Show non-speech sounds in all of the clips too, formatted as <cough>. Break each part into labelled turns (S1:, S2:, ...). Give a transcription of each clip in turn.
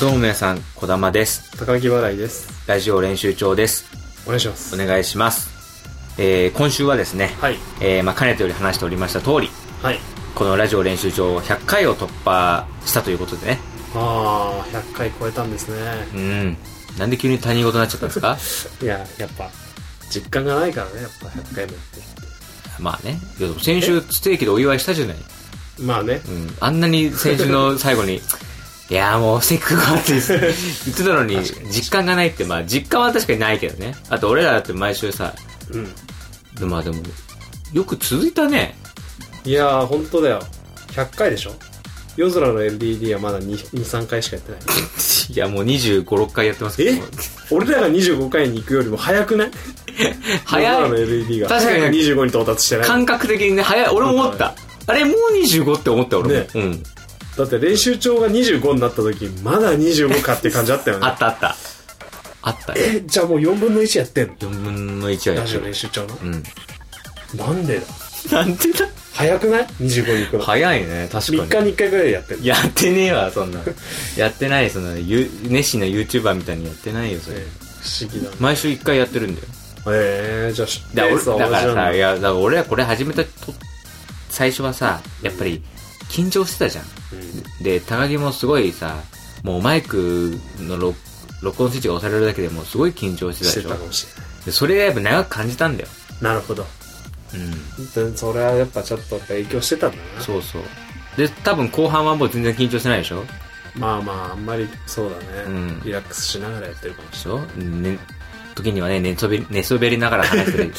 S1: どうも皆さん、こだまです。
S2: 高木笑いです
S1: ラジオ練習長です。
S2: お願いします
S1: お願いします。えー、今週はですね、
S2: はい
S1: えー、まあ、かねてより話しておりました通り、
S2: はい
S1: このラジオ練習長100回を突破したということでね。
S2: ああ100回超えたんですね
S1: うん。なんで急に他人事になっちゃったんです
S2: <laughs>
S1: か
S2: いややっぱ実感がないからねやっぱ100回もやって
S1: まあね。いやでも先週、ステーキでお祝いしたじゃない。
S2: まあね
S1: うん。あんなに先週の最後
S2: <laughs>
S1: に、いやーもうステーキ食わって言ってたのに、実感がないって、まあ実感は確かにないけどね。あと俺らだって毎週さ、
S2: うん
S1: でまあでも、よく続いたね。
S2: いやー本当だよ100回でしょ夜空の LDD はまだ23回しかやってない
S1: いや、もう25、6回やってますけど。
S2: <laughs> 俺らが25回に行くよりも早くない
S1: 早
S2: 夜空の
S1: い。
S2: LDD が
S1: 確かに
S2: 早く25に到達してない
S1: 感覚的にね、早い。俺も思った。あれ、もう25って思った、俺も。
S2: ね
S1: うん。
S2: だって練習帳が25になった時まだ25かって感じあったよ
S1: あ
S2: ね
S1: ったあった。あったよ。
S2: えじゃあもう4分の1やってんの
S1: 4分の1はや
S2: ラ
S1: っ
S2: ジ
S1: て
S2: オ
S1: る。
S2: 練習帳の
S1: うん。
S2: なんでだ
S1: なんてだ
S2: 早くない ?25 に行くの。
S1: 早いね、確
S2: 3
S1: か
S2: 日
S1: に。
S2: に1回ぐらいでやってる。
S1: やってねえわ、そんな。やってない、そんな、ゆ熱心な YouTuber みたいにやってないよ、それ。
S2: ええ不思議だな。
S1: 毎週1回やってるんだよ。
S2: ええじゃあ、
S1: だ
S2: ペー
S1: 俺
S2: スは
S1: だ
S2: 同
S1: か
S2: じ
S1: ら
S2: なんだ
S1: さ、いや、だから俺らこれ始めたと、最初はさ、やっぱり、緊張してたじゃん。
S2: うん
S1: で、高木もすごいさ、もうマイクの録録音スイッチが押されるだけでもうすごい緊張してた
S2: し
S1: でし
S2: て
S1: た
S2: か
S1: ょ
S2: もしれ
S1: でそれがやっぱ長く感じたんだよ。
S2: ない。なるほど。
S1: うん。
S2: でそれはやっぱちょっと影響してたんだな。
S1: そうそう。で、多分後半はもう全然緊張してないでしょ
S2: まあまあ、あんまりそうだね、
S1: うん
S2: リラックスしながらやってるかも
S1: で
S2: し
S1: しょね、時にはね、寝そべり、寝そべりながら話
S2: <laughs>
S1: してる。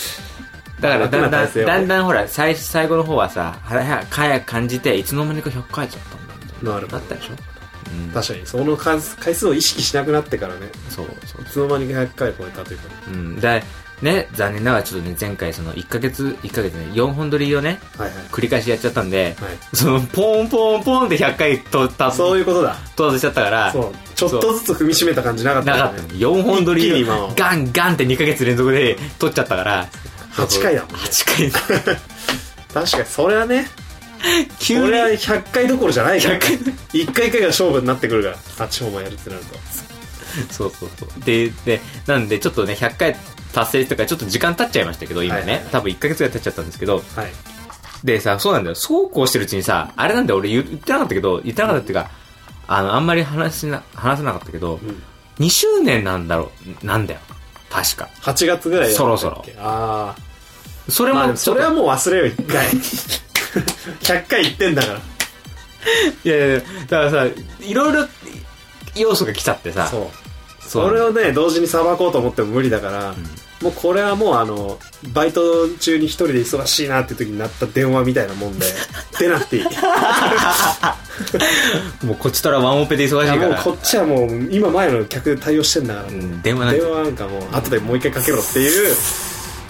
S1: だからだんだん、
S2: 楽な体勢をね
S1: だんだんほら、最、最後の方はさ、早く早く感じて、いつの間にか100回やっちゃったんだみたい
S2: なるほど
S1: だったでしょうん。
S2: れない。確かに、その回数回数を意識しなくなってからね、
S1: そうそう
S2: い。つの間にか100回超えたというか、
S1: うん。だね、残念ながらちょっとね、前回その1ヶ月、1ヶ月ね、4本撮りをね、
S2: はいはい。
S1: 繰り返しやっちゃったんで、
S2: はい
S1: そのポンポンポンって100回とった
S2: そういうことだ。
S1: としちゃったから
S2: そう。ちょっとずつ踏みしめた感じなかった
S1: な
S2: よ
S1: かった4本撮
S2: 一気
S1: り
S2: に今は
S1: ガンガンって2ヶ月連続で撮っちゃったから
S2: 8回だもんね。 <laughs>
S1: 8回
S2: 確かに、それはね、
S1: 急
S2: 俺は
S1: に
S2: 100回どころじゃないから、ね、
S1: 100
S2: 1回1回が勝負になってくるから8本もやるってなると
S1: そうそうそうででなんでちょっとね100回達成とからちょっと時間経っちゃいましたけど今ね、
S2: はいはいはい
S1: 多分1ヶ月ぐらい経っちゃったんですけど
S2: はい
S1: でさそうなんだよそうこうしてるうちにさあれなんだよ俺言言ってなかったけど言ってなかったっていうかあのあんまり話しな話せなかったけど、
S2: うん
S1: 2周年なんだろうなんだよ確か
S2: 8月ぐらいだったっけ
S1: そろそろ
S2: あ
S1: それ
S2: あまあ
S1: も、
S2: でもそれはもう忘れよ1回
S1: <laughs>
S2: 100回言ってんだから
S1: いやいやいやだからさ、いろいろ要素が来ちゃってさ、
S2: そう
S1: そう
S2: それをね同時にさばこうと思っても無理だから、もうこれはもうあのバイト中に一人で忙しいなって時になった電話みたいな
S1: <laughs>
S2: もんで出なくていい
S1: もうこっちとらワンオペで忙しい
S2: い
S1: か
S2: やもう
S1: ら、
S2: こっちはもう今前の客対応してんだから、
S1: うん電話なん
S2: 電
S1: て、
S2: 話なんかもう後でもう一回かけろっていう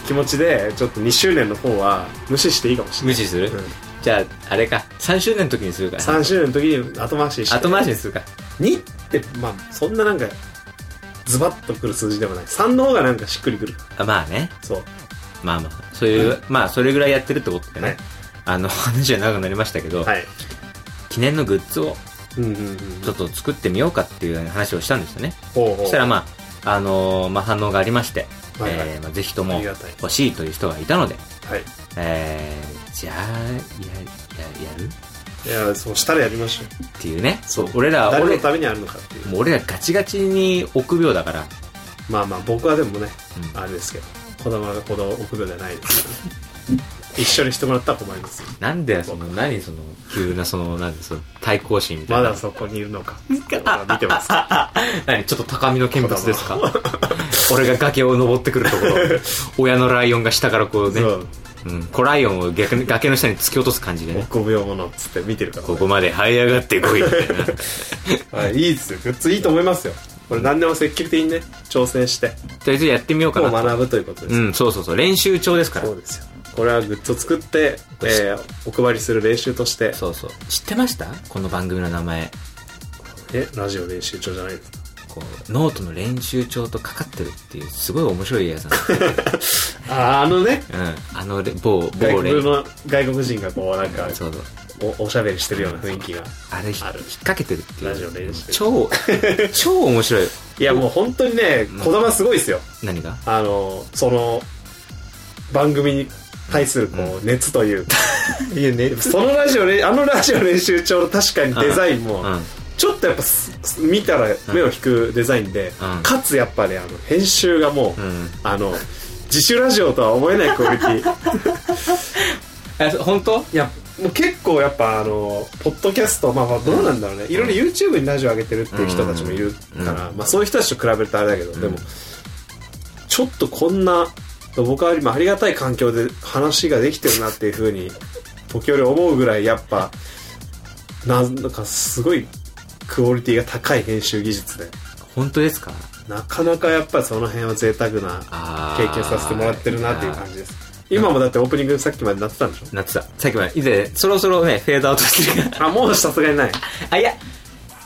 S2: 気持ちでちょっと2周年の方は無視していいかもし
S1: 無
S2: れない
S1: 視する、
S2: うん
S1: じゃあ、あれか、3周年の時にするから、
S2: 3周年の時に後回しにして
S1: 後回しにするか。
S2: 2ってまあそんななんかズバッとくる数字でもない3の方がなんかしっくりくる
S1: あまあね、
S2: そう
S1: まあまあ、そういう、まあそれぐらいやってるってことでね、
S2: はい
S1: あの、 <laughs> 話は長くなりましたけど、
S2: はい
S1: 記念のグッズを
S2: うんうんうん
S1: ちょっと作ってみようかっていう話をしたんですよね。
S2: ほうほ
S1: そうしたらまあ、あのーまあ反応がありまして、
S2: はいはい
S1: えーまあぜひと
S2: あ
S1: も
S2: りがたい
S1: 欲しいという人がいたので、
S2: はい
S1: えー、じゃあ、や、や、やる
S2: いやそうしたらやりましょう
S1: っていうね。
S2: そう
S1: 俺ら、
S2: 誰
S1: 俺
S2: の、ためにあるのかっていう
S1: もう俺らガチガチに臆病だから、
S2: まあまあ僕はでもね
S1: うん
S2: あれですけど子供が子供臆病じゃないで
S1: <laughs>
S2: すから一緒にしてもらったら困りますよ
S1: なんでその、何その、急なその、なんでその、対抗心みた
S2: ま
S1: いな。
S2: だそこにいるのか見てます
S1: 何ちょっと高みの見物ですか俺が崖を登ってくるとこ
S2: <laughs>
S1: ろ、親のライオンが下からこうね、
S2: そう
S1: うん、子ライオンを逆に崖の下に突き落とす感じでね、
S2: 5秒ものっつって見てるから、
S1: ここまで這い上がってこいみた
S2: <laughs>
S1: いな。
S2: はい、いいですよグッズいいと思いますよこれ何でも積極的にね挑戦して
S1: とりあえずやってみようか
S2: こう
S1: な。
S2: 学ぶということです、
S1: うん、そうそうそう、練習帳ですから
S2: そ。うですよこれはグッズを作って、えーお配りする練習として
S1: そうそう。知ってましたこの番組の名前。
S2: えラジオ練習帳じゃないです
S1: こう、ノートの練習帳とかかってるっていう、すごい面白いやつなんです
S2: <laughs>
S1: よ
S2: あああのね
S1: うん。あのれ、某、
S2: 外
S1: 某
S2: 国
S1: 練
S2: の外国人がこうなんか
S1: そうそう。
S2: おおしゃべりしてるような雰囲気が
S1: あれ、引っ
S2: ある
S1: 掛けてるっていう。
S2: ラジオでしてる
S1: 超、超面白い。
S2: いやもう本当にね
S1: うん
S2: 児玉すごいですよ
S1: 何が
S2: あのその番組に対するこう熱というか、
S1: <laughs> いや、ね、
S2: そのラジオねあのラジオ練習帳の確かにデザインも、
S1: うん。
S2: ちょっとやっぱすす見たら目を引くデザインで、
S1: うん
S2: かつやっぱねあの編集がもう、
S1: うん。
S2: あの自主ラジオとは思えないクオリティ
S1: え、そ本当
S2: いやもう結構やっぱあのポッドキャストまあまあどうなんだろうね、いろいろ YouTube にラジオ上げてるっていう人たちもいるから、まあ、そういう人たちと比べるとあれだけど、でもちょっとこんな僕は今ありがたい環境で話ができてるなっていうふうに時折思うぐらいやっぱなんかすごいクオリティが高い編集技術で
S1: 本当ですか
S2: なかなかやっぱりその辺は贅沢な
S1: あ
S2: 経
S1: ー
S2: 験させてもらってるなっていう感じです今もだってオープニングさっきまでなってたんでしょ
S1: なってた。さっきまで、以前、そろそろね、フェードアウトしてる
S2: <laughs>
S1: から。
S2: あもうさすがにない
S1: あ、いや、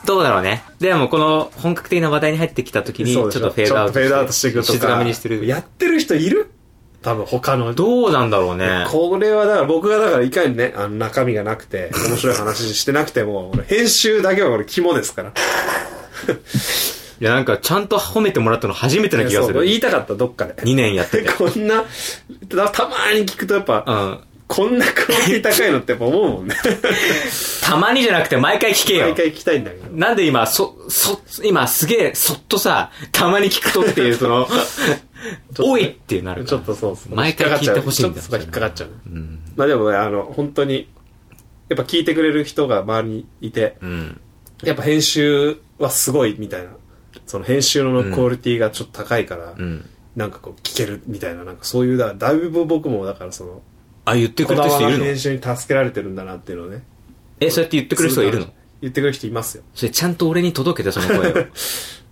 S1: どうだろうね。でも、この本格的な話題に入ってきた時に、ち
S2: そ
S1: ょ
S2: う
S1: っ
S2: でし
S1: と
S2: ょ
S1: フェードアウト
S2: ちょっとフェードアウトしていくとか
S1: 静かめにしてる。
S2: やってる人いる多分他の
S1: どうなんだろうね。
S2: これはだから僕がだからいかにね、あの中身がなくて、面白い話してなくても、俺編集だけはこれ肝ですから。
S1: いや、なんか、ちゃんと褒めてもらったの初めてな気がす
S2: そう言
S1: る。
S2: いたかった、どっかで。
S1: 2年やってて。
S2: <laughs> こんな、たたまーに聞くとやっぱ、
S1: うん。
S2: こんなクオリティ高いのってやっぱ思うもんね。
S1: たまにじゃなくて、毎回聞けよ
S2: 毎。回聞きたいんだけど。
S1: なんで今、そ、そ、今すげえ、そっとさ、たまに聞くとっていう、そ
S2: <laughs>
S1: の、
S2: ね
S1: おいってなるか
S2: ち
S1: ら
S2: ょっとそうそう。
S1: 毎回
S2: 引っかかっちゃう
S1: 聞いてほしいんだ
S2: ちょっとそこは引っかかっちゃうね。
S1: うん。
S2: まあでもね、あの、本当に、やっぱ聞いてくれる人が周りにいて、
S1: うん。
S2: やっぱ編集はすごいみたいな。その編集のクオリティがちょっと高いから、
S1: うん。
S2: なんかこう聞けるみたいな、なんかそういうだ、だいぶ僕もだからその、
S1: あ、言ってく
S2: こ
S1: れ
S2: だ
S1: た
S2: わ
S1: 人い
S2: り
S1: るの
S2: の編集に助けられてるんだなっていうのをね。
S1: え、そうやって言ってくれる人がいるの
S2: 言ってくれる人いますよ。
S1: それちゃんと俺に届けて、その声
S2: <laughs>
S1: を。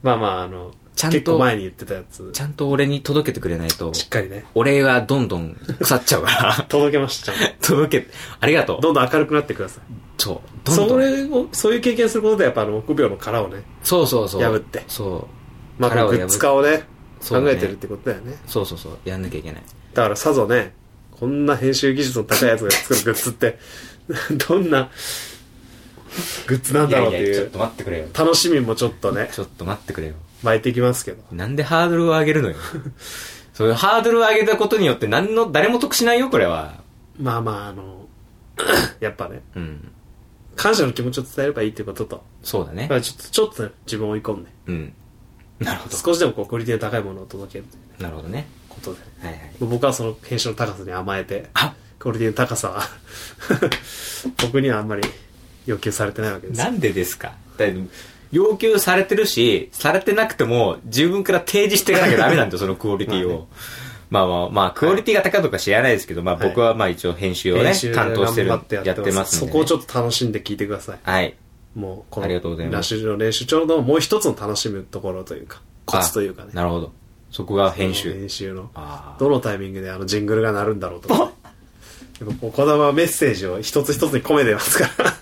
S2: まあまあ、あの、
S1: ちゃんと
S2: 結構前に言ってたやつ
S1: ち、ゃんと俺に届けてくれないと、
S2: しっかりね、
S1: 俺がどんどん腐っちゃうから。 <laughs>
S2: 届けました。ちゃん
S1: 届け、ありがと
S2: と
S1: う。
S2: どんどん明るくなってください。
S1: そう。どんど
S2: そ
S1: ん。
S2: れを、そういう経験することでやっぱあの、臆病の殻をね、
S1: そうそうそう。
S2: 破って
S1: そう。
S2: まあ、
S1: 殻を
S2: グ
S1: 破っ
S2: ッズ化をね、
S1: そう
S2: 考
S1: だね
S2: えてるってことだよね。
S1: そうそうそう。やんなきゃいけない。
S2: だからさぞね、こんな編集技術の高いやつが作るグッズって、 <laughs> どんなグッズなんだろうっていう。
S1: 待ってくれよ。
S2: 楽しみもちょっとね、
S1: ちょっと待ってくれよ。
S2: 巻いていきますけど。
S1: なんでハードルを上げるのよ。そういうハードルを上げたことによって何の、誰も得しないよ、これは。
S2: まあまあ、あの、 <coughs> やっぱね、
S1: うん。
S2: 感謝の気持ちを伝えればいいってことと、
S1: そうだね
S2: ま。あちょっと、ちょっとね、自分を追い込んで、
S1: うん。なるほ
S2: 少しでもこう、クオリティの高いものを届ける
S1: ど。なるほどね。
S2: ことで、
S1: はいはい。
S2: 僕はその編集の高さに甘えて、
S1: あ
S2: クオリティの高さは、 <laughs> 僕にはあんまり要求されてないわけですよ。
S1: なんでですかだいぶ要求されてるし、されてなくても、自分から提示していかなきゃダメなん
S2: <laughs>
S1: だよ、そのクオリティを。まあまあまあ、クオリティが高いとか知らないですけど、まあ
S2: はい
S1: 僕はまあ一応編集をね、担当してる、や
S2: 頑
S1: っ
S2: 張ってやって
S1: て
S2: ま。
S1: ますすんで、ね。
S2: そこをちょっと楽しんで聞いてください。
S1: はい。
S2: もう、こ
S1: ありがとうござい
S2: の、
S1: ま
S2: ラ
S1: す
S2: シュの練習帳のもう一つの楽しむところというか、コツというかね
S1: あ。なるほど。そこが編
S2: その
S1: 集。
S2: 編集の。
S1: ああ。
S2: どのタイミングであのジングルが鳴るんだろうとか、ね。やっぱこう、児玉はメッセージを一つ一つに込めてますから。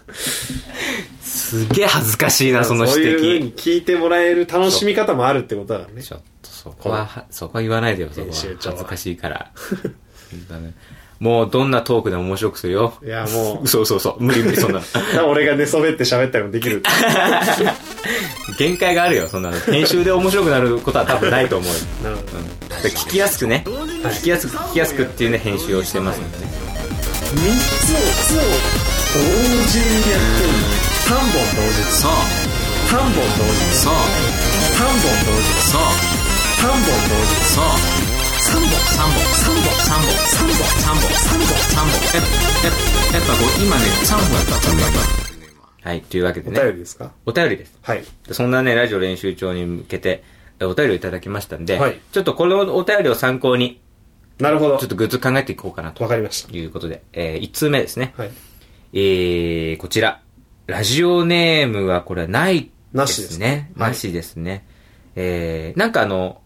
S1: すげえ恥ずかしい <laughs> な、その
S2: そういう
S1: 指
S2: 風
S1: 摘。
S2: に聞いてもらえる楽しみ方もあるってことだからね。
S1: ちょっとそこは、そこは言わないでよ、そこは。
S2: 編集
S1: 恥
S2: 長は
S1: ずかしいから。本当だねもうどんなトークでも面白くするよ。
S2: いや、も
S1: <laughs>
S2: う、
S1: そうそうそう。無理無理、そんなの。
S2: 俺が寝そべって喋ったりもできる。
S1: <laughs> 限界があるよ、そんなの。編集で面白くなることは多分ないと思うよ。
S2: なるほど。
S1: だから聞きやすくね。聞きやすく、聞きやすくっていうね、編集をしてますのでね。
S2: 3つを、同時にやってる。3本同時。
S1: そう、
S2: 3本同時。
S1: そう、
S2: 3本同時。
S1: そう、
S2: 3本同時。
S1: そう。三本、三本、三本、三本、三本、三本、三本、三本。やっぱ、やっぱ、今ね、三本だった、三本だった。はい、というわけで
S2: お便
S1: ね、
S2: りですか
S1: お便りです。
S2: はい。
S1: でそんなね、ラジオ練習帳に向けて、えお便りをいただきましたんで、
S2: はい
S1: ちょっとこのお便りを参考に、
S2: なるほど
S1: ちょっ。とグッズ考えていこうかなと
S2: わかりまし
S1: いうことで、えー、1通目ですね。
S2: た。はい。
S1: えー、こちら。ラジオネームはこれはない
S2: なしです
S1: ね。
S2: はい
S1: なしですね。えー、なんかあの、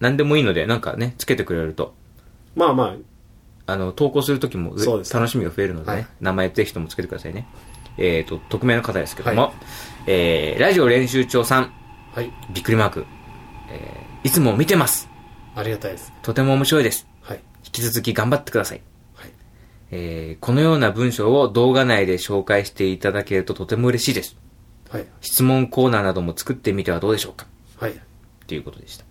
S1: なんでもいいので、なんかね、つけてくれると、
S2: まあま
S1: あの、投稿するときもぜ
S2: そうです
S1: 楽しみが増えるのでね、
S2: はい
S1: 名前ぜひともつけてくださいね。えーと、匿名の方ですけども、
S2: はい
S1: えー、ラジオ練習長さん、
S2: あ、はい。
S1: びっくりマーク、えー、いつも見てます。
S2: ありがたいです。
S1: とても面白いです。
S2: はい。
S1: 引き続き頑張ってください。
S2: はい。
S1: えーこのような文章を動画内で紹介していただけるととても嬉しいです。
S2: はい。
S1: 質問コーナーなども作ってみてはどうでしょうか
S2: はい。
S1: っていうことでした。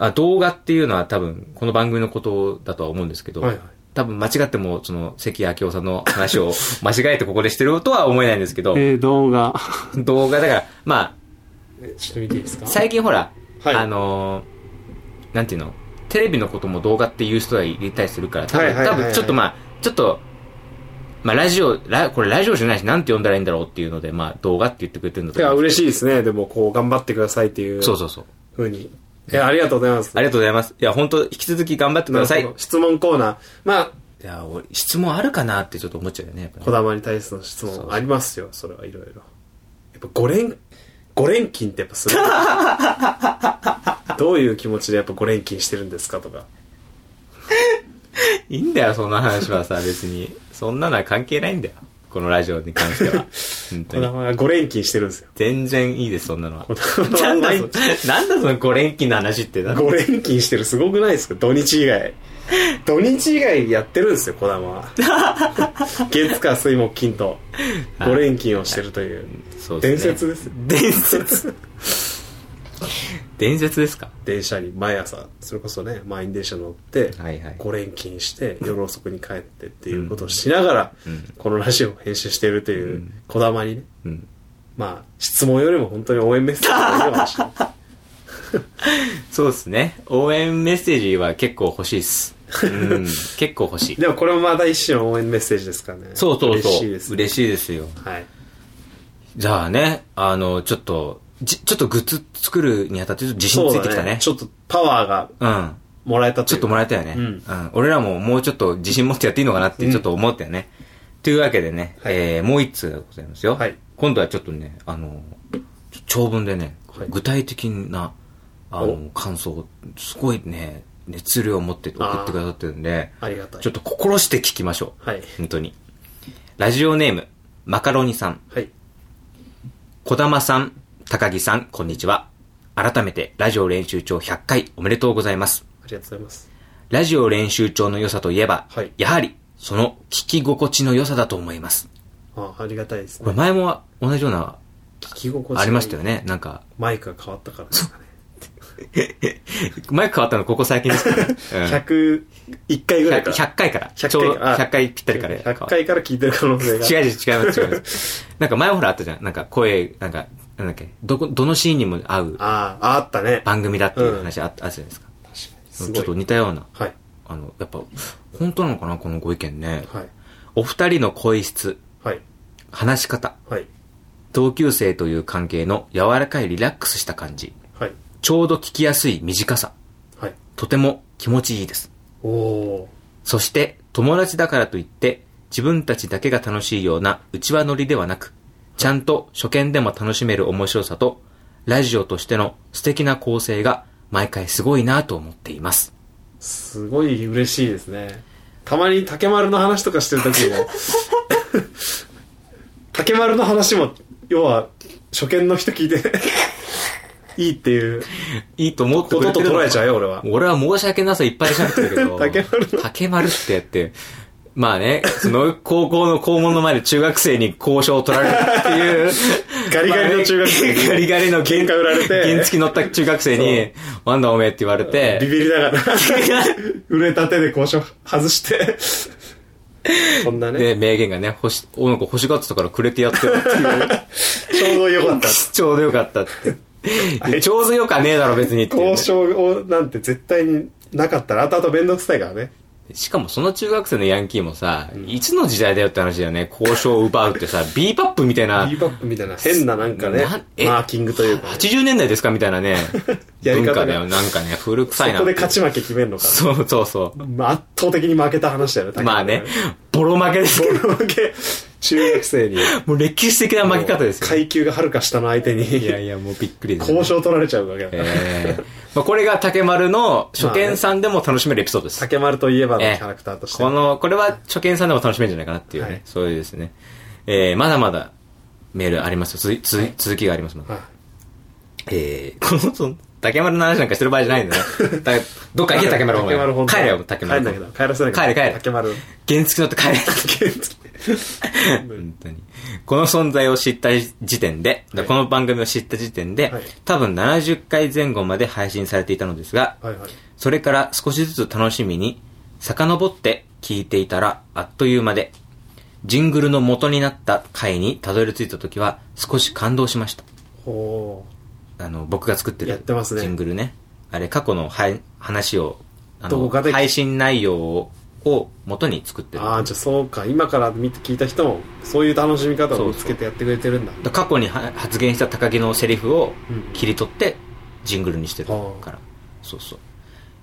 S1: あ動画っていうのは多分、この番組のことだとは思うんですけど、
S2: はいはい
S1: 多分間違っても、その、関明夫さんの話を間違えてここでしてるとは思えないんですけど、
S3: えー、動画。
S1: 動画だから、ま
S2: ちょっと見ていいですか
S1: あ、最近ほら、
S2: はい
S1: あのーなんていうの、テレビのことも動画っていう人がいたりするから、多
S2: はい
S1: 分、
S2: はい
S1: 多
S2: はいはい
S1: 分ちょっとまあ、ちょっと、まあ、ラジオ、ラこれラジオじゃないし、なんて呼んだらいいんだろうっていうので、まあ、動画って言ってくれてるんだ
S2: い
S1: と
S2: や、
S1: 思うんです
S2: 嬉しいですね。でも、こう、頑張ってくださいっていう
S1: けど。そうそうそう。
S2: ふうに。いや、ありがとうございます。
S1: ありがとうございます。いや、本当引き続き頑張ってください。
S2: なるほど質問コーナー。まあ、
S1: いや、俺、質問あるかなってちょっと思っちゃうよね。やっぱね
S2: 児玉に対しての質問ありますよ。それはいろいろ。やっぱ、五連、五連勤ってやっぱすごい。どういう気持ちでやっぱ五連勤してるんですかとか。
S1: いいんだよ、そんな話はさ、別に。そんなのは関係ないんだよ。このラジオに関 <laughs> しては。本当
S2: 児
S1: に。
S2: 玉が五連勤してるんですよ。
S1: 全然いいです、そんなのは。
S2: 玉
S1: なんだそ、 <laughs> なんだその5連勤の話ってな。
S2: 五連勤してるすごくないですか土日以外。土日以外やってるんですよ、児玉
S1: <laughs>
S2: は。月火水木金と五連勤をしてるという。
S1: そう
S2: 伝
S1: ですね
S2: 説ですよ。
S1: 伝説伝説ですか
S2: <laughs> 電車に毎朝それこそね満員電車乗って、
S1: はいはい
S2: 5連勤して夜遅くに帰ってっていうことをしながら、このラジオを編集しているというこだまにね、
S1: うん。
S2: まあ質問よりも本当に応援メッセージがいいのかもしれない
S1: そうですね。応援メッセージは結構欲しいっす。 <laughs> うん。結構欲しい。
S2: でもこれもまた一種の応援メッセージですからね
S1: そうそうそう。
S2: 嬉しいです、
S1: 嬉しいですよ。
S2: はい
S1: じゃあね、あの、ちょっと、じちょっとグッズ作るにあたってちょっと自信ついてき
S2: そ
S1: た
S2: うだ
S1: ね。
S2: ちょっとパワーが
S1: うん。
S2: もらえた
S1: ちょっとも
S2: ら
S1: らえたよね。
S2: うん
S1: 俺らももうちょっと自信持ってやっていいのかなってちょっと思ったよね。というわけでね、
S2: はい
S1: えー、もう一通ございますよ。
S2: はい
S1: 今度はちょっとね、あの、ちょ長文でね、
S2: はい
S1: 具体的な、あの
S2: お、
S1: 感想を、すごいね、熱量を持って送ってくださってるんで、
S2: ありがたい
S1: ちょっと心して聞きましょう。
S2: はい
S1: 本当に。ラジオネーム、マカロニさん。
S2: はい
S1: 小玉さん、高木さん、こんにちは。改めて、ラジオ練習帳100回おめでとうございます。
S2: ありがとうございます
S1: ラジオ練習帳の良さといえば、
S2: はい
S1: やはり、その聞き心地の良さだと思います。
S2: あありがたいです
S1: これ
S2: ね
S1: 前も同じような、
S2: 聞き心地がいい
S1: ありましたよね。なんか、
S2: マイクが変わったからですかね
S1: 前変わったのここ最近
S2: <laughs>
S1: ですからね。
S2: 101回
S1: うん
S2: ぐらい
S1: 100
S2: から
S1: 100回から。
S2: 100
S1: ちょうど
S2: 回からあ
S1: 100回ぴったりから。
S2: 100回から聞いてる可能性が。
S1: 違う違う違います違
S2: <laughs>
S1: います。なんか前もほらあったじゃん。なんか声、なんか、なんだっけ、どこ、どのシーンにも合う
S2: ああ、あったね。
S1: 番組だっていう話あったあったじゃないですか。ちょ
S2: す
S1: っ
S2: ご
S1: と
S2: い。
S1: 似たような。
S2: はい。
S1: あの、やっぱ、本当なのかなこのご意見ね。
S2: はい。
S1: お二人の声質、
S2: はい。
S1: 話し方、
S2: はい。
S1: 同級生という関係の柔らかいリラックスした感じ。
S2: はい。
S1: ちょうど聞きやすい短さ。
S2: はい。
S1: とても気持ちいいです。
S2: おお
S1: そして、友達だからといって、自分たちだけが楽しいような内輪乗りではなく、ちゃんと初見でも楽しめる面白さと、ラジオとしての素敵な構成が毎回すごいなと思っています。
S2: ー。すごい嬉しいですね。たまに竹丸の話とかしてる時も、
S1: <laughs>
S2: 竹丸の話も、要は、初見の人聞い
S1: <laughs>
S2: て、いいっていう
S1: いいと思って
S2: こ
S1: くれ
S2: と
S1: て
S2: と
S1: る
S2: 捉えちゃうよ、俺は。。
S1: 俺は申し訳なさいっぱい喋ってるけど
S2: <laughs> 竹丸の
S1: 竹丸ってやって、まあね、その高校の校門の前で中学生に交渉を取られるっていう。
S2: <laughs> ガリガリの中学生に
S1: ガリガリの
S2: 喧嘩売られて
S1: 原付き乗った中学生に、なんだおめえって言われ
S2: ビ
S1: て、
S2: ビ
S1: <laughs>
S2: りながら、売れた手で交渉外して、こんなね、
S1: で、名言がね、欲し、おなんか欲しがってたからくれてやってるって
S2: <laughs>
S1: いう。
S2: ちょうどよかった。
S1: ちょうどよかったって。いやちょうどよかねえだろ別にっていうね、
S2: 交渉をなんて絶対になかったら後々面倒くさいからね
S1: しかもその中学生のヤンキーもさ、いつの時代だよって話だよね。交渉を奪うってさ、ビーパップみたいな。
S2: ビーバップみたいな変ななんかね
S1: なんえ
S2: マーキングというか、。
S1: 80年代ですかみたいなね
S2: <laughs> やり
S1: 文
S2: 方が
S1: 化だよ。なんかね、古
S2: そ
S1: 臭いな。
S2: こで勝ち負け決めるのか
S1: そうそうそ
S2: な、まあ圧倒的に負けた話だよ <laughs>
S1: う。
S2: ね
S1: まあね、ボロ負けですけど、
S2: 負け中学生に
S1: もう歴史的な <laughs> 負け方ですよ。
S2: 階級がはるか下の相手に
S1: いやいや、もうびっくりです、
S2: 交渉取られちゃうわけだから、
S1: ええまあこれが竹丸の初見さんでも楽しめるエピソードです。
S2: 竹丸といえばのキ
S1: ええ
S2: ャラクターとして、
S1: この、これは初見さんでも楽しめるんじゃないかなっていうね。
S2: はい
S1: そういうですね。えー、まだまだメールありますよ。つづつづ続きがありますので。
S2: はい
S1: えー、この、その、竹丸の話なんかしてる場合じゃないんだね。だからどっか行け、竹丸お
S2: <laughs>
S1: 前。帰れよ、竹丸。
S2: 帰んなきゃ帰らせなきゃ
S1: 帰れ帰れ
S2: 竹
S1: <laughs>
S2: 丸。
S1: 原付乗って帰れ。
S2: 原付
S1: 本当に。この存在を知った時点で、
S2: はい
S1: この番組を知った時点で、
S2: はい
S1: 多分70回前後まで配信されていたのですが、
S2: はいはい。
S1: それから少しずつ楽しみに、遡って聞いていたら、あっという間で、ジングルの元になった回にたどり着いた時は、少し感動しました。
S2: ほ
S1: あの、僕が作ってる
S2: やってますね
S1: ジングルね。あれ、過去のはい話を、あ
S2: ど
S1: の
S2: こかで
S1: 配信内容をを元に作って
S2: う。
S1: る。
S2: ああ、じゃあそうか。今から見て聞いた人も、そういう楽しみ方を見つけてやってくれてるんだ。
S1: 過去には発言した高木のセリフを
S2: うん
S1: 切り取ってジングルにしてるから、そうそう、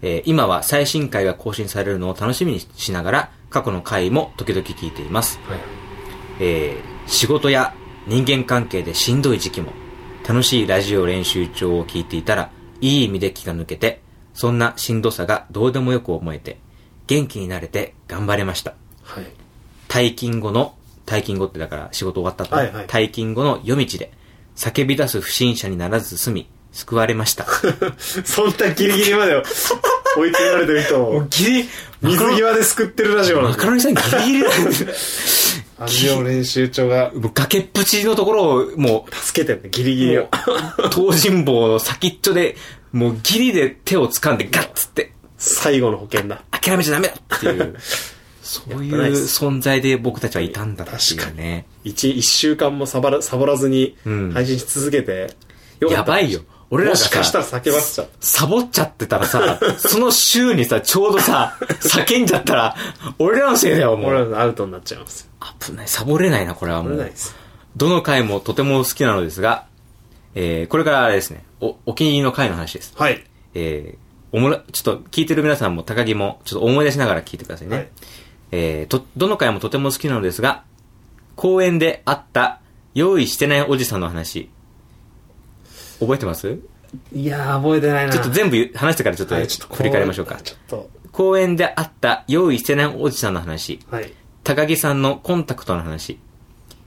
S1: えー今は最新回が更新されるのを楽しみにしながら過去の回も時々聞いています、
S2: はい。
S1: えー仕事や人間関係でしんどい時期も楽しいラジオ練習帳を聞いていたらいい意味で気が抜けてそんなしんどさがどうでもよく思えて元気になれて頑張れました
S2: はい。
S1: 退勤後の、退勤後ってだから仕事終わった後、
S2: はいはい
S1: 退勤後の夜道で、叫び出す不審者にならず済み、救われま
S2: <laughs>
S1: した。
S2: そんなギリギリまで追い詰められて
S1: <laughs>
S2: る人を、
S1: ギリ、
S2: 水際で救ってるラジオなん
S1: マカ
S2: だ。
S1: ロニさんギリ
S2: <laughs>
S1: ギリなんですよ
S2: ラジオ練習帳が
S1: もう崖っぷちのところを、も
S2: 助けてるね、ギリ
S1: う、
S2: ギリ
S1: も
S2: を
S1: う。、東尋坊の先っちょで、もうギリで手を掴んでガッつって、
S2: 最後の保険だ。
S1: 諦めちゃダメだって
S2: <laughs>
S1: いう、そうい
S2: やっぱないうです
S1: 存在で僕たちはいたんだっていうね。
S2: 一、一週間もサボら、サボらずに
S1: うん、
S2: 配信し続けて、よか
S1: や
S2: った
S1: ばいよ。俺ら
S2: も
S1: が
S2: し
S1: さ
S2: かしたら叫ばせちゃう。
S1: サボっちゃってたら
S2: <laughs>
S1: さ、その週にさ、ちょうどさ、叫んじゃったら、俺らのせいだよ、も
S2: 俺ら
S1: う。
S2: のアウトになっちゃいますよ。
S1: 危ない、サボれないな、これはも
S2: 危ない
S1: うん
S2: で。す。
S1: どの回もとても好きなのですが、えー、これからあれですね、お、お気に入りの回の話です。
S2: はい。
S1: えー、おもら、ちょっと聞いてる皆さんも高木も、ちょっと思い出しながら聞いてくださいね。
S2: はい
S1: えー、と、どの回もとても好きなのですが、公園で会った、用意してないおじさんの話、覚えてます
S2: いやー、覚えてないな。
S1: ちょっと全部話してからちょっと
S2: はいちょっと
S1: 振り返りましょうか。
S2: ちょっと、
S1: 公園で会った用意してないおじさんの話、
S2: はい。
S1: 高木さんのコンタクトの話、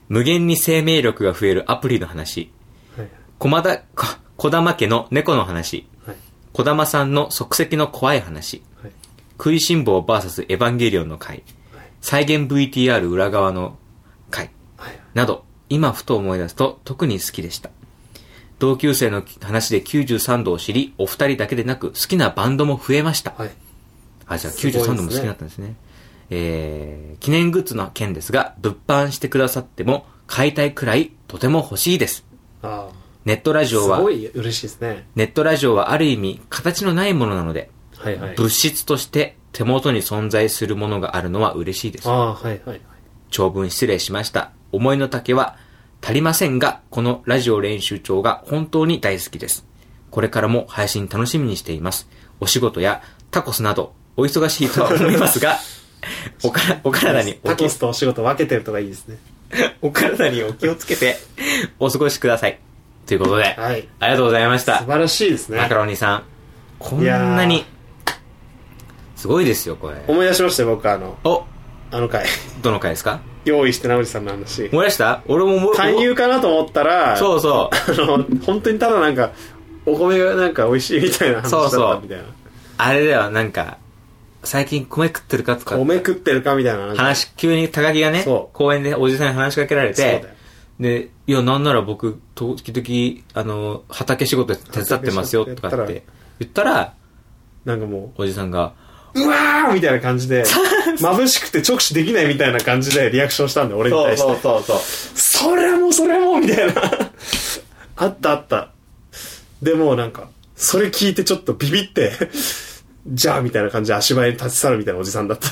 S1: 無限に生命力が増えるアプリの話、
S2: はい。
S1: 駒田、こ小玉家の猫の話、
S2: はい。
S1: 小玉さんの即席の怖い話、
S2: はい。
S1: 食いしん坊 VS エヴァンゲリオンの回、再現 VTR 裏側の回、
S2: はい。
S1: など、今ふと思い出すと特に好きでした。同級生の話で93度を知り、お二人だけでなく好きなバンドも増えました。
S2: はい。
S1: あ、じゃあ
S2: すごいです
S1: 93
S2: ね
S1: 度も好きになったんですね。えー、記念グッズの件ですが、物販してくださっても買いたいくらいとても欲しいです。
S2: ああ。
S1: ネットラジ
S2: す
S1: オは
S2: ご、い嬉しいですね。
S1: ネットラジオはある意味形のないものなので、
S2: はいはい。
S1: 物質として手元に存在するものがあるのは嬉しいです
S2: あ。あ、はいはい。
S1: 長文失礼しました。思いの丈は足りませんが、このラジオ練習帳が本当に大好きです。これからも配信楽しみにしています。お仕事やタコスなど、お忙しいとは思います <laughs> が、おからお体にお
S2: タ
S1: 気
S2: コスとお仕事分けてるとかいいですね。
S1: お体にお気をつけて、お過ごしください。ということで、
S2: はい。
S1: ありがとうございまし
S2: 素
S1: た。
S2: 晴らしいですね
S1: マ。カロニさん。こんない
S2: や
S1: に
S2: ー、
S1: すごいですよ、これ。
S2: 思い出しましたよ、僕あの、
S1: お、
S2: あの回。 <laughs>
S1: どの回ですか
S2: 用意してなおじさんの話。
S1: 漏らした俺もも
S2: 勧誘かなと思ったら、
S1: そうそう。
S2: あの、本当にただなんか、お米がなんか美味しいみたいな話だ
S1: そうそ
S2: っ
S1: う
S2: たみたいな。
S1: あれだよ、なんか、最近米食ってるかとか、
S2: 米食ってるかみたいななんか
S1: 話、急に高木がね
S2: そ、う
S1: 公園でおじさんに話しかけられ
S2: そうだ
S1: て
S2: よ、
S1: で、いや、なんなら僕、時々、あの、畑仕事手伝ってますよ、とかっ
S2: 畑仕
S1: て言ったら、
S2: なんかも
S1: おじさんが、
S2: う、うわーみたいな感じで、眩しくて直視できないみたいな感じでリアクションしたんで、俺に対して。
S1: うそうそう。
S2: それもそれもみたいな。あったあった。でもなんか、それ聞いてちょっとビビって、じゃあみたいな感じで足早に立ち去るみたいなおじさんだった。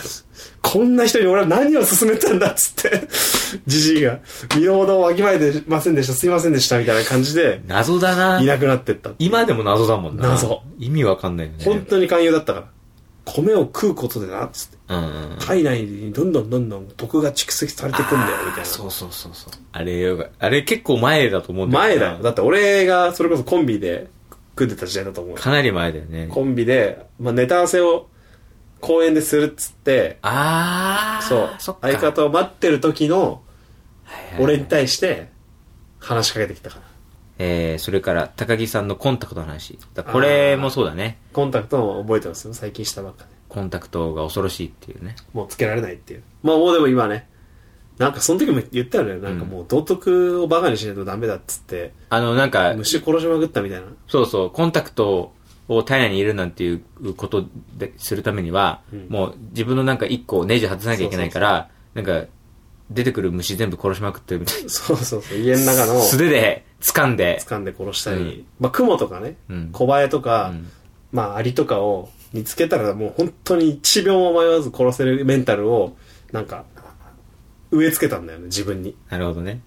S2: こんな人に俺は何を勧めたんだっつって、じじいが、身の程をわきまえてませんでした、すいませんでしたみたいな感じで、。
S1: 謎だない
S2: なくなってった。
S1: 今でも謎だもんな。
S2: 謎。
S1: 意味わかんないよね。
S2: 本当に勧誘だったから。米を食うことでな、っつって。
S1: うんうんうん。
S2: 体内にどんどんどんどん毒が蓄積されていくんだよ、みたいな。
S1: そうそうそうそう。あれよが、あれ結構前だと思うんよ
S2: 前だよ。だって俺がそれこそコンビで食ってた時代だと思うよ。
S1: かなり前だよね。
S2: コンビで、まあ、ネタ合わせを公演でするっつって、
S1: あー。
S2: そう、
S1: そっか。
S2: 相方を待ってる時の
S1: はいはいはい
S2: 俺に対して話しかけてきたから。
S1: えー、それから高木さんのコンタクトの話。だこれもそうだね。
S2: コンタクトも覚えてますよ。最近したばっかで。
S1: コンタクトが恐ろしいっていうね。
S2: もうつけられないっていう。まあもうでも今ね、なんかその時も言ったよね。なんかもう道徳をバカにしないとダメだっつって、
S1: あの、なんか、
S2: 虫殺しまくったみたいな。
S1: そうそう、コンタクトを体内に入れるなんていうことでするためには、
S2: ん
S1: もう自分のなんか一個をネジ外さなきゃいけないから、なんか、出てくる虫全部殺しまくってるみたいな。
S2: そうそうそう。家の中の
S1: 素手で掴んで、
S2: 掴んで殺したり、
S1: うん
S2: まあ雲とかね、
S1: うん
S2: 小バエとか、
S1: うん
S2: まあアリとかを見つけたらもう本当に一秒も迷わず殺せるメンタルを、なんか、植え付けたんだよね、自分に。
S1: なるほどね。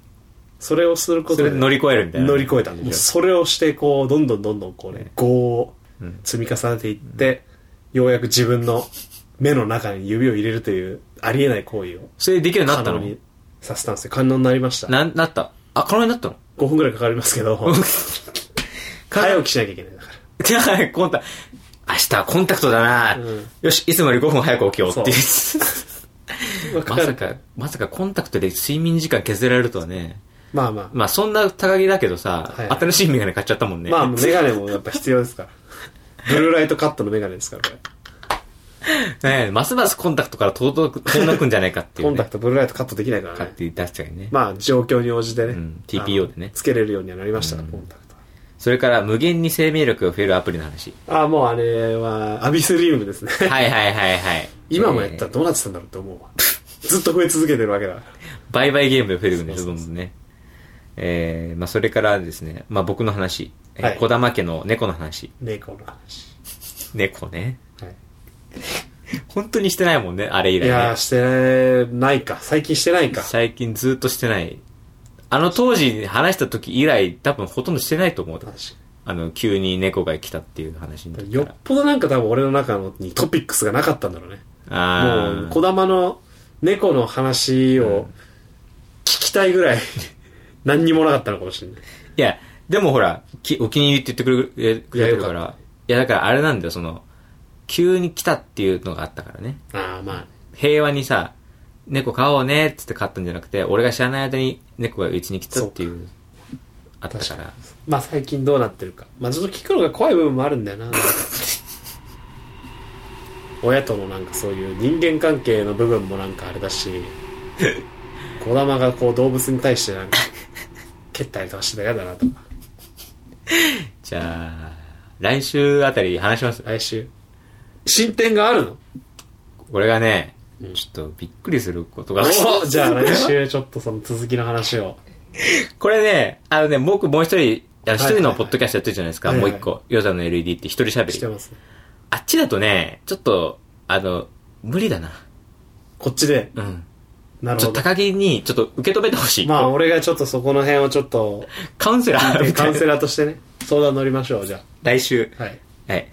S2: それをするこ
S1: そ
S2: と
S1: れ
S2: で、
S1: で乗り越えるみたいな。
S2: 乗り越えたんだよ。もうそれをして、こう、どんどんどんどん、こうね、業を
S1: うん
S2: 積み重ねていって、ようやく自分の目の中に指を入れるという、ありえない行為を、
S1: それでできるようになった
S2: 可能
S1: の
S2: にさせたんですよ。可能になりました。
S1: な、なった。あ、このになったの
S2: 5分くらいかかりますけ <laughs> ど、早起きしなきゃいけないんだから。
S1: じゃあ、 <laughs> コンタ、明日はコンタクトだな、
S2: うん
S1: よし、いつもより5分早く起きようっていう。
S2: <laughs> ま
S1: <laughs>
S2: あ
S1: ま
S2: かか
S1: さ
S2: る
S1: か、まさかコンタクトで睡眠時間削られるとはね。
S2: まあまあ。
S1: まあそんな高木だけどさ、
S2: はい
S1: 新しいメガネ買っちゃったも <laughs> んね。
S2: <laughs> まあ、メガネもやっぱ必要で
S1: <laughs>
S2: すから。ブルーライトカットのメガネですから、これ。
S1: ねえますますコンタクトから遠く、遠のくんじゃないかっていう、
S2: コ
S1: ね。
S2: ンタクト、ブルーライトカットできないから
S1: 買って
S2: ね。
S1: 確かにね。
S2: まあ、状況に応じてね。
S1: ん TPO でね
S2: あのつけれるようにはなりました、コンタクトは。
S1: それから、無限に生命力が増えるアプリの
S2: <laughs>
S1: 話。
S2: あ、もうあれは、アビスリウムで
S1: <laughs>
S2: すね。
S1: はいはいはいはい。
S2: 今もやった
S1: え
S2: らどうなってたんだろうって思うわ。ずっと増え続けてるわけだから。
S1: ーバイバイゲームで増えるんですどんどんね。えー、まあそれからですね、まあ僕の話。えー
S2: はい
S1: 小玉家の猫の話。
S2: 猫の話。
S1: 猫ね。
S2: はい
S1: 本当にしてないもんね、あれ以
S2: いや
S1: 来、
S2: ー、
S1: ね。
S2: してないか。最近してないか。
S1: 最近ずっとしてない。あの当時話した時以来、多分ほとんどしてないと思う。あの、急に猫が来たっていう話になった
S2: よっ
S1: ら。
S2: ぽどなんか多分俺の中のにトピックスがなかったんだろうね。
S1: あー
S2: もう、小玉の猫の話を聞きたいぐ <laughs> らい、何にもなかったのかもしれない。
S1: いや、でもほら、きお気に入りって言ってくれくれてるか
S2: いやよ
S1: ら。いや、だからあれなんだよ、その、急に来たっていうのがあったからね。
S2: ああ、まあ、
S1: 平和にさ、猫飼おうねっつって飼ったんじゃなくて、俺が知らない間に猫がうちに来たっていう、あった
S2: 確
S1: か。
S2: からまあ最近どうなってるか。まあちょっと聞くのが怖い部分もあるんだよな。なんか親とのなんかそういう人間関係の部分もなんかあれだし、小玉がこう動物に対してなんか、蹴ったりとかしてたら嫌だなとか。
S1: じゃあ、来週あたり話します。
S2: 来週。進展があるの
S1: これがね、
S2: うん
S1: ちょっとびっくりすることが。
S2: おじゃあ来週ちょっとその続きの話を。
S1: これね、あのね、僕もう一人、あの一
S2: はいはいはい
S1: 人のポッドキャストやってるじゃないですか、
S2: はいはい
S1: もう一個。ヨザの LED って一人喋
S2: して
S1: り。
S2: ますね。
S1: あっちだとね、ちょっと、あの、無理だな。
S2: こっちで。
S1: うん。
S2: なる
S1: ちょ
S2: ほ
S1: っと
S2: ど。
S1: 高木に、ちょっと受け止めてほしい。
S2: まあ俺がちょっとそこの辺をちょ
S1: <laughs>
S2: っと、
S1: カウンセラーみた
S2: カ
S1: い
S2: ウンセ
S1: な。
S2: ラーとしてね、相談乗りましょう、じゃ
S1: 来週。
S2: あ。はい。
S1: はい。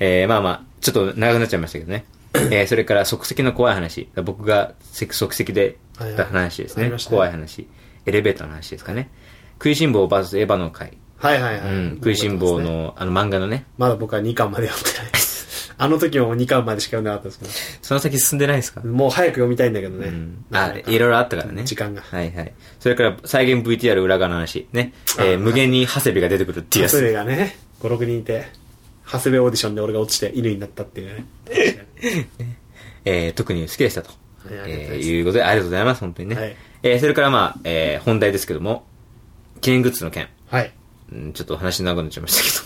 S1: えー、まあまあ、ちょっと長くなっちゃいましたけどね。えー、それから即席の怖い話。僕がせ即席で言った話です
S2: は
S1: ね。
S2: いはいありましたね
S1: 怖い話。エレベーターの話ですかね。食いしん坊 VS エヴァの回。
S2: はいはいは
S1: う
S2: い。
S1: ん。食いしん坊。の、あの漫画のね。
S2: まだ僕は2巻まで読んでないです。 <laughs> あの時も2巻までしか読んでなかったです
S1: その先進んでないですか
S2: けど、もう早く読みたいんだけどね。
S1: うん
S2: な
S1: あ、
S2: かないか
S1: ろいろあったからね。
S2: 時間が
S1: はいはい。それから、再現 VTR 裏側の話。ね。えー
S2: あ
S1: 無限に長谷部が出てくるっていうや
S2: 長
S1: つ。
S2: 谷部がね、5、6人いて、長谷部オーディションで俺が落ちて犬になったっていう
S1: <laughs>
S2: ね。
S1: えー特に好きでしたと。
S2: いありがたい
S1: えー
S2: です
S1: いうことで、ありがとうございます、本当にね。
S2: はい
S1: えーそれからまあ、えー本題ですけども、記念グッズの件。
S2: はい。
S1: うん、ちょっとお話長くなっちゃいました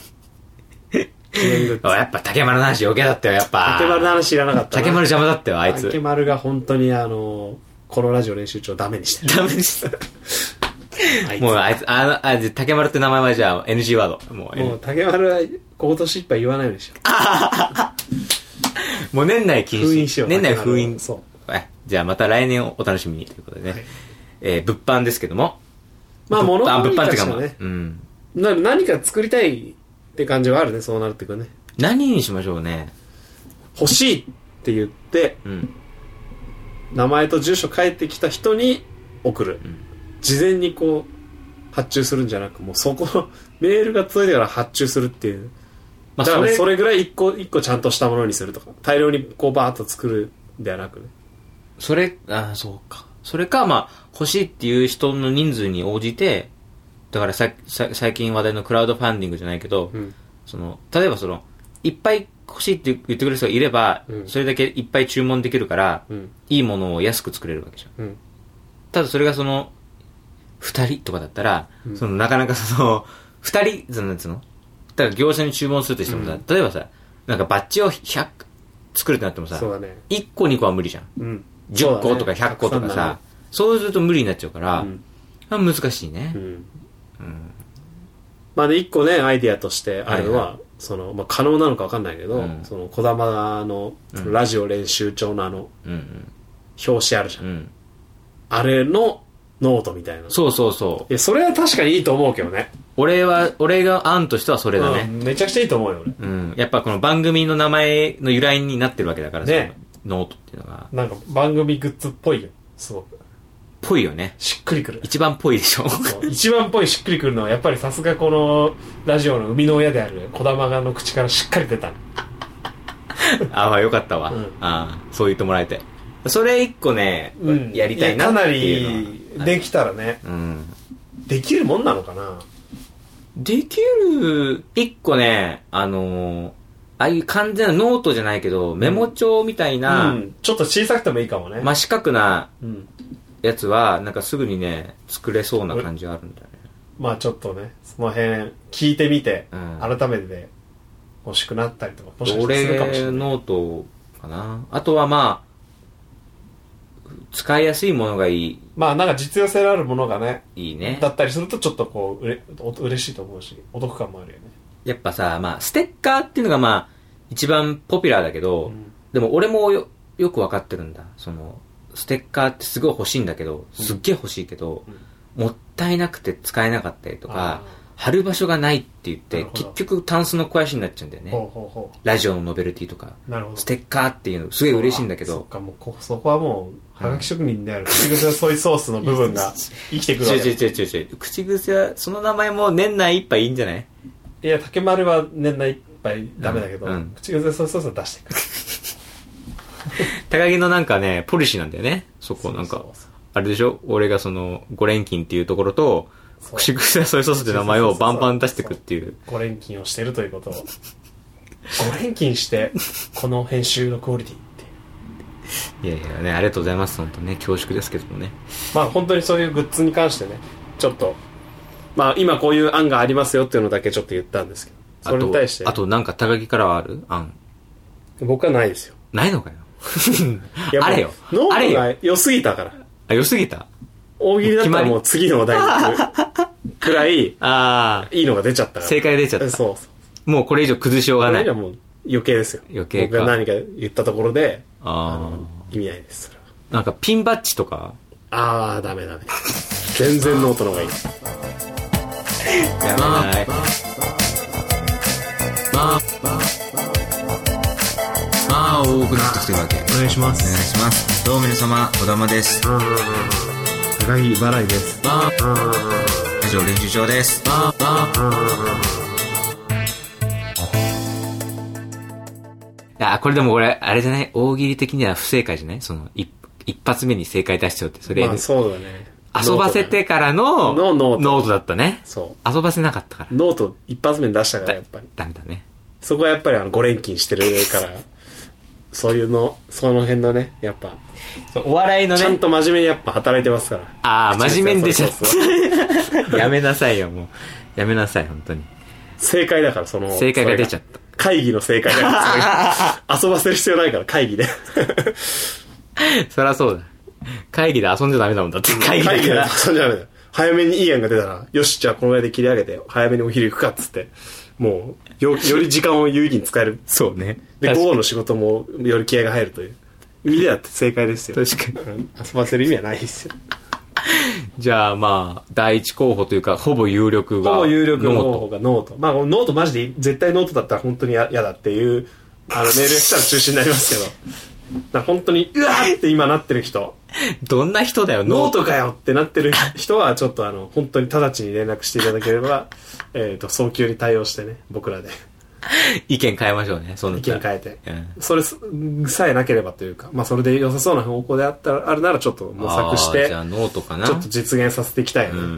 S2: 記念グ
S1: け
S2: ッ
S1: <laughs> ど。あ
S2: ズ。
S1: やっぱ竹丸の話余計だったよ、やっぱ。
S2: 竹丸の話いらなかったな。
S1: 竹丸邪魔だったよ、あいつ
S2: 竹。丸が本当にあの、このラジオ練習長ダメにし
S1: <laughs>
S2: てる。
S1: ダメでした。
S2: あいつ
S1: もうあいつ、あの、あじゃあ竹丸って名前はじゃあ NG ワード。もう、
S2: もう竹丸は今年いっぱい言わないようにしよう。
S1: もう年内禁止。
S2: 封印しよう
S1: 年内
S2: 竹丸を
S1: 封印。
S2: そう。
S1: はいじゃあまた来年をお楽しみにということでね。
S2: はい
S1: えー物販ですけども。
S2: まあ物
S1: 販
S2: 語
S1: 物販っていう
S2: とし
S1: か
S2: て
S1: まあ
S2: はね、
S1: うん。
S2: な何か作りたいって感じはあるね、そうなるってくるね。
S1: 何にしましょうね。
S2: 欲しいって言って、
S1: うん。
S2: 名前と住所書いてきた人に送る。
S1: ん
S2: 事前にこう、発注するんじゃなく、もうそこのメールが届いてから発注するっていう。
S1: まあ
S2: だか
S1: そ
S2: ら
S1: れ、
S2: それぐらい一個一個ちゃんとしたものにするとか、大量にこうバーッと作るではなくね。
S1: それ、あーそうか。それか、まあ、欲しいっていう人の人数に応じて、だからささ最近話題のクラウドファンディングじゃないけど、
S2: うん
S1: その例えばそのいっぱい欲しいって言ってくれる人がいれば、
S2: うん
S1: それだけいっぱい注文できるから、
S2: うん
S1: いいものを安く作れるわけじゃん
S2: うん
S1: ただそれがその2人とかだったら、
S2: うん
S1: そのなかなかその2人そのなんつうのだから業者に注文するとしてもさ、
S2: うん
S1: 例えばさなんかバッジを100作るってなってもさ、
S2: そうだね
S1: 1個2個は無理じゃん
S2: うん
S1: 10個とか100個とか
S2: そうだ
S1: さ
S2: ね
S1: そうすると無理になっちゃうから、
S2: うん
S1: まあ難しいね、
S2: うんまあで一個ねアイディアとしてあるのは、
S1: はい
S2: そのまあ、可能なのか分かんないけど、
S1: うん
S2: その児玉のそのラジオ練習帳のあの
S1: うんうん
S2: 表紙あるじゃん、
S1: うん
S2: あれのノートみたいな
S1: そうそうそう
S2: いやそれは確かにいいと思うけどね
S1: 俺は俺が案としてはそれだね、
S2: うんめちゃくちゃいいと思うよ俺
S1: うん、やっぱこの番組の名前の由来になってるわけだからさ、
S2: ね
S1: ノートっていうのが
S2: なんか番組グッズっぽいよすごく
S1: ぽいよね
S2: しっくり
S1: <laughs>
S2: くる
S1: 一番ぽいでしょ
S2: そう一番っぽいしっくりくるのはやっぱりさすがこのラジオの生みの親である児玉がの口からしっかり出た
S1: <laughs> ああよかったわ、
S2: うん
S1: ああそう言ってもらえてそれ一個ね、やりたいなっていうのは
S2: できたらね
S1: うん、
S2: できるもんなのかな
S1: できる一個ねあのーああいう完全なノートじゃないけどメモ帳みたいな、
S2: うん、ちょっと小さくてもいいかもね、
S1: 真四角な
S2: うん、
S1: やつはなんかすぐにね作れそうな感じがあるんだよね
S2: まあちょっとねその辺聞いてみて、
S1: うん
S2: 改めて欲しくなったりとかもしかしたらするかもしれ
S1: 俺
S2: ない
S1: ノートかなあとはまあ使いやすいものがいい
S2: まあなんか実用性のあるものがね
S1: いいね
S2: だったりするとちょっとこううれお嬉しいと思うしお得感もあるよね
S1: やっぱさ、まあ、ステッカーっていうのがまあ一番ポピュラーだけど、
S2: うん
S1: でも俺もよよくわかってるんだそのステッカーってすごい欲しいんだけどすっげえ欲しいけど、もったいなくて使えなかったりとか貼る場所がないって言っ
S2: な
S1: て
S2: るほど
S1: 結局タンスの肥やしになっちゃうんだよ
S2: あーほう
S1: ね
S2: ほうほ
S1: ラジオのノベルティとか
S2: うなるほど
S1: ステッカーっていうのすげえ嬉しいんだけ
S2: そっ
S1: ど
S2: かもうこそこはもうはがき職人である口癖のソイソースの部分が生きてくる
S1: 違
S2: わ
S1: う違う
S2: け
S1: 違 <laughs> う違う違う口癖はその名前も年内いっぱいいいんじゃない
S2: いや竹丸は年内いっぱいダメだけど、
S1: うんうん
S2: 口癖ソイソースは出してくる
S1: 高木のなんかねポリシーなんだよねそこなんか
S2: そうそう
S1: あれでしょ俺がその5連勤っていうところと
S2: そう
S1: 串草ソイソースって名前をバンバン出してくっていう
S2: 5連勤をしてるということを5連勤してこの編集のクオリティっていう
S1: いやいやねありがとうございます本当ね恐縮ですけどもね
S2: まあ本当にそういうグッズに関してねちょっとまあ今こういう案がありますよっていうのだけちょっと言ったんですけど
S1: あ
S2: それに
S1: と
S2: 対して
S1: あとなんか高木からはある案
S2: 僕はないですよ
S1: ないのかよ
S2: いやもう
S1: あれよ
S2: ノ
S1: あれ
S2: ート
S1: よ
S2: が良すぎたから
S1: あ良すぎた
S2: 大喜利だったらもう次のお題に行くくらい
S1: あ
S2: いいのが出ちゃったから
S1: あ正解出ちゃっ
S2: そうそう
S1: たもうこれ以上崩しようが
S2: あ
S1: な
S2: れ
S1: い
S2: がもう余計ですよ
S1: 余計か
S2: 僕が何か言ったところで
S1: あ
S2: あの意味ないですそれは
S1: あなんかピンバッジとか
S2: ああダメダメ全然ノートの方がいい
S1: やばいまあまあ多くなってきてるわけ
S2: お願いしま
S1: お願いしますどうも皆様小玉です
S2: 高木払いです
S1: 以上練習場ですあこれでもこれあれじゃない大喜利的には不正解じゃないその一一発目に正解出しちゃうってそれ、
S2: まあそうだね
S1: 遊ばせてからの
S2: のノート
S1: だったね
S2: そ
S1: 遊ばせなかったから
S2: うノート一発目に出したからやっぱり
S1: ダメだね
S2: そこはやっぱりあの5連勤してるからそういうのその辺のねやっぱ
S1: お笑いの
S2: ちゃん
S1: ね
S2: と真面目にやっぱ働いてますから
S1: ああ真面目に出ちゃっ
S2: そうそうそう
S1: たやめなさいよもうやめなさい本当に
S2: 正解だからその
S1: 正解が出ちゃっ
S2: それ会議の正解だか
S1: <laughs>
S2: らそれ遊ばせる必要ないから会議で
S1: そりゃそうだ会議で遊んじゃダメだもんだって会議だから
S2: そうじゃないんだよ早めにいい案が出たらよしじゃあこのぐらいで切り上げて早めにお昼行くかっつってもうよより時間を有意義に使える
S1: そうね
S2: で午後の仕事もより気合が入るという意味でだって正解ですよ
S1: 確かに
S2: うん遊ばせる意味はないですよ
S1: じゃあまあ、第一候補というか、ほぼ有力が。
S2: ほぼ有力の
S1: ノー
S2: 方
S1: ト
S2: がノートまあこのノートマジで絶対ノートだったら本当にや嫌だっていうあのメールしたら中止になりますけどだから本当にうわーって今なってる人
S1: どんな人だよ、
S2: ノ
S1: ノ
S2: ー
S1: ート。
S2: トかよってなってる人は、ちょっとあの、本当に直ちに連絡していただければ、えっと、早急に対応してね、僕らで
S1: 意見変えましょうね、その
S2: 意見変えて。
S1: うん
S2: それすさえなければというか、まあ、それで良さそうな方向であったら、あるならちょっと模索し
S1: あー
S2: て、
S1: じ
S2: ち
S1: ゃ
S2: ょ
S1: あノートかな。
S2: っと実現させていきたいよ
S1: う
S2: ね。
S1: ん。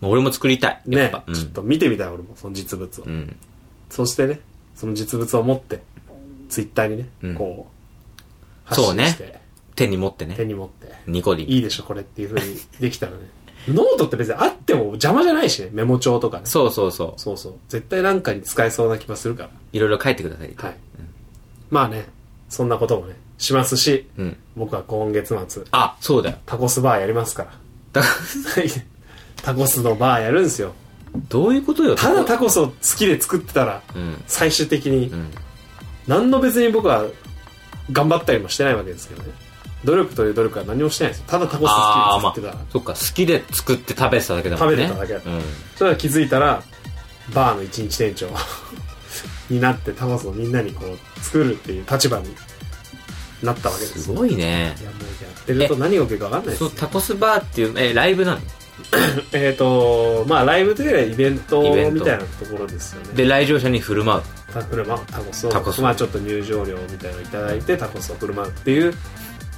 S1: まあ俺も作りたい。やっ
S2: ね
S1: ぱ。、
S2: ちょっと見てみたい俺もその実物を、
S1: うん。うん。
S2: そしてねその実物を持ってツイッターにね、
S1: うん
S2: こう
S1: そうね
S2: 発信して
S1: 手に持って
S2: 手
S1: ね。
S2: に持って
S1: ニコリン。
S2: いいでしょこれっていうふうにできたらね <laughs> ノートって別にあっても邪魔じゃないしねメモ帳とかね
S1: そうそうそう。
S2: そうそう絶対なんかに使えそうな気がするか
S1: いろいろ書いてください。
S2: らはい、まあねそんなこともねしますし、
S1: うん。
S2: 僕は今月末
S1: あ、そうだよ。 <laughs>
S2: タコスバーやりますから <laughs>
S1: だ
S2: タコスのバーやるんですよ
S1: どういうことよ。
S2: ただタ
S1: こ
S2: コスを好きで作ってたら
S1: うん。
S2: 最終的に
S1: うん。
S2: 何の別に僕は頑張ったりもしてないわけですけどね努力という努力は何もしてないですただタコス
S1: ああ、
S2: 好
S1: ま
S2: きで作ってたら、
S1: あ、そっか、好きで作って食べてただけだもんね。
S2: 食べてただけ
S1: うん。
S2: それは気づいたらバーの一日店長 <laughs> になってタコスをみんなにこう作るっていう立場になったわけです
S1: す
S2: よ
S1: ごいね。
S2: いやもうやってると何が起きるか分かんないです
S1: そ
S2: ね
S1: う、タコスバーっていう、え、ライブなの
S2: <laughs> えっ、とまあライブというよりはイベント
S1: イベント
S2: みたいなところですよね
S1: で、来場者に振る舞う。
S2: タクルマタコス
S1: タコス
S2: をまあちょっと入場料みたいなのをいただいてタコスを振る舞うっていう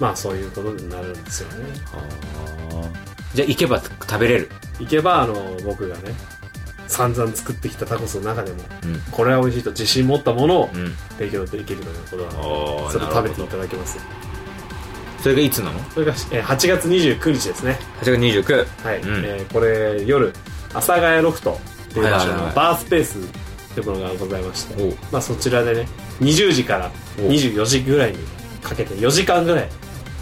S2: まあそういうことになるんですよね
S1: じゃあ、行けば食べれる。
S2: 行けばあの僕がね散々作ってきたタコスの中でも
S1: うん。
S2: これは美味しいと自信持ったものを
S1: うん。
S2: 提供できるということは
S1: お
S2: それ食べていただけます
S1: それがいつなの
S2: それがえー8月29日ですね
S1: ?8 月29。
S2: はい、
S1: うん
S2: えーこれ夜阿佐ヶ谷ロフトっていう場所
S1: はいはいは
S2: の
S1: い
S2: バースペースというものがございまして、
S1: おう
S2: まあ、そちらでね20時から24時ぐらいにかけて4時間ぐらい、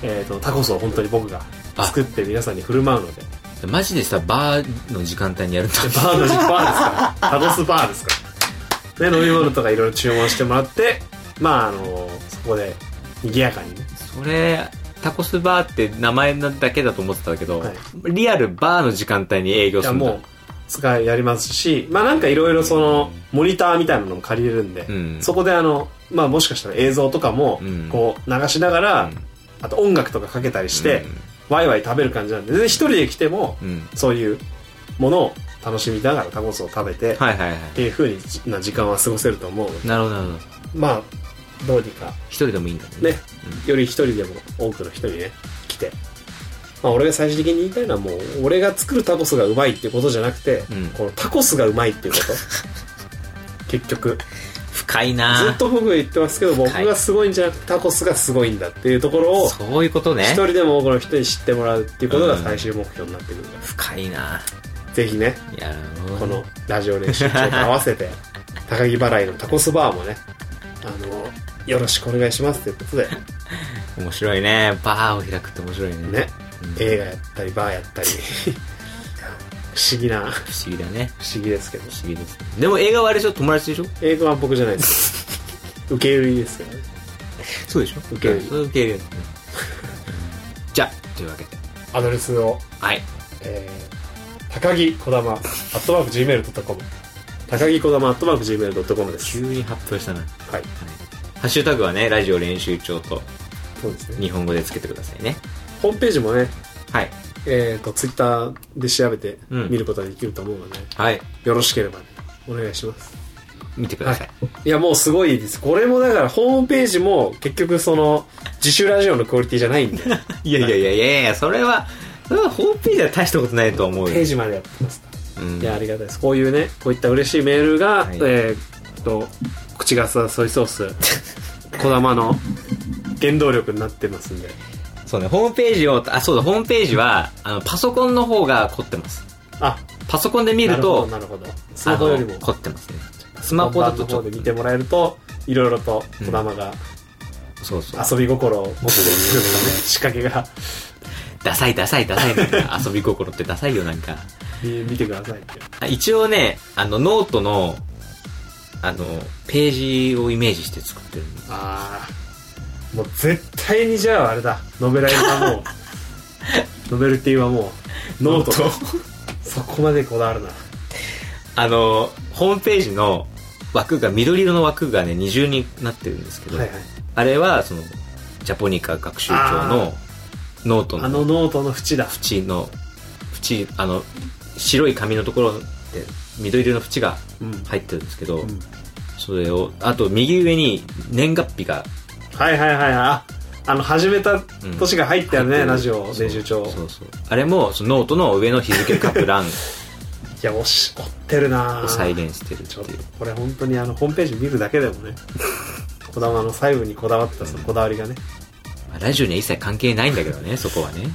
S2: えー、とタコスを本当に僕が作って皆さんに振る舞うのでで
S1: マジでさ、バーの時間帯にやるんだ。
S2: バーの実バーですからタコスバーですからで飲み物とかいろいろ注文してもらってまああのそこで賑やかにね
S1: <laughs> それ、タコスバーって名前なだけだと思ってたけど、
S2: はい
S1: リアルバーの時間帯に営業
S2: い
S1: す
S2: や
S1: るんだ。
S2: もう使いやりますしまあなんかいろいろそのモニターみたいなのも借りれるんで、
S1: うん
S2: そこであのまあもしかしたら映像とかも
S1: うん
S2: こう流しながら、
S1: うん
S2: あと音楽とかかけたりして、ワイワイ食べる感じなんで全然一人で来ても
S1: うん。うん。
S2: そういうものを楽しみながらタコスを食べて、
S1: はいはいは
S2: っていう風にじな時間は過ごせると思うの
S1: い。
S2: で
S1: なるほどなるほど。
S2: まあどうにか
S1: 一人でもいいんだね。
S2: ねより一人でも多くの人にね来て、まあ、俺が最終的に言いたいのはもう俺が作るタコスがうまいってことじゃなくて、
S1: うん
S2: このタコスがうまいっていうこと
S1: <laughs>
S2: 結局
S1: 深いな
S2: ずっと僕が言ってますけど僕
S1: はい
S2: がすごいんじゃなくてタコスがすごいんだっていうところを
S1: そういうこと
S2: 一
S1: ね。
S2: 人でも多くの人に知ってもらうっていうことが最終目標になってくるから、
S1: 深いな
S2: ぜひね
S1: いや、なるほどね
S2: このラジオ練習帳と合わせて高木払いのタコスバーもねあのよろしくお願いしますということで
S1: 面白いね。バーを開くって面白いね。
S2: ね
S1: うん
S2: 映画やったりバーやったり <laughs> 不思議な
S1: 不思議だね。
S2: 不思議ですけど
S1: 不思議ですね。でも映画はあれでしょ友達でしょ
S2: 英語は僕じゃないです受け売りですけどね
S1: そうでしょ
S2: 受け入れる
S1: それ受け入れる。うん <laughs> じゃあ、というわけで。
S2: アドレスを、
S1: はい。
S2: えー高木こだまアットマーク Gmail.com 高木こだまアットマーク Gmail.com です
S1: 急に発表したな。はい
S2: はい
S1: ハッシュタグはね、ラジオ練習帳と
S2: そうですね
S1: 日本語でつけてくださいね。
S2: ホームページもね
S1: はい。
S2: えっ、とツイッターで調べて
S1: うん
S2: 見ることができると思うので、
S1: はい。
S2: よろしければねお願いします
S1: 見てください。
S2: いやもうすごいですこれもだからホームページも結局その自主ラジオのクオリティじゃな
S1: <laughs>
S2: いんで
S1: い、やいやいやいやいや、それは、それはホームページは大したことないと思う
S2: ペー
S1: よ。
S2: ジまでやってますか
S1: うん
S2: らいやありがたいですこういうねこういった嬉しいメールが、
S1: はい
S2: えーっと口がさソイソースこだまの原動力になってますんで
S1: そうね、ホームページを、あ、そうだ、ホームページは、あの、パソコンの方が凝ってます。
S2: あ
S1: パソコンで見ると、
S2: なるほどなるほどス
S1: あ
S2: マ
S1: の
S2: ホよりも
S1: 凝ってますね。スマホだとちょっ
S2: 本番の方で見
S1: と
S2: て、もらえるといろいろとこだまが
S1: そうそう。
S2: 遊び心を持ってくるので、仕掛けが
S1: ダサいダサいダサいなんか遊び心ってダサいよなんか。
S2: 見見てくださいって
S1: あ一応ね、あの、ノートの、あの、ページをイメージして作ってるんで
S2: ああもう絶対にじゃああれだノベライズは
S1: <laughs>
S2: もうノベルティはもうノートそこまでこだわるな
S1: あの、ホームページの枠が、緑色の枠がね、二重になってるんですけど、
S2: はいはい
S1: あれは、その、ジャポニカ学習帳のノート
S2: あ
S1: の
S2: のノートの縁だ
S1: 縁の、縁、あの、白い紙のところで、緑色の縁が
S2: うん、
S1: 入ってるんですけど、
S2: うん
S1: それを、あと右上に年月日が
S2: はいはいはいああの始めた年が入ったよね、
S1: 入ってる
S2: ラジオ
S1: そう
S2: 練習帳
S1: <laughs> そうそうあれもそのノートの上の日付書く欄
S2: いや押し追ってるな
S1: を
S2: ぁ
S1: 再現してるって
S2: ちょっと
S1: いう
S2: これ本当にあのホームページ見るだけでも
S1: <laughs>
S2: ねこだまの細部にこだわったそのこだわりがね
S1: まあラジオには一切関係ないんだけど
S2: <laughs>
S1: ねそこはね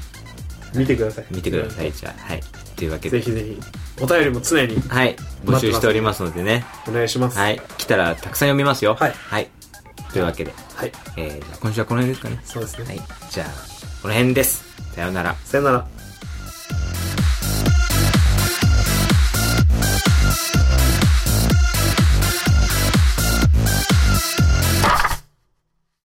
S2: 見てください
S1: 見てくださいじゃあはいというわけ
S2: ぜ
S1: で
S2: ひぜひお便りも常に
S1: はい募集しておりますのでね
S2: お願いします
S1: はい来たらたくさん読みますよ
S2: はい
S1: というわけで、
S2: はい
S1: えー、じゃあ今週はこの辺ですかね
S2: そうですね、
S1: はいじゃあこの辺ですさようなら
S2: さよなら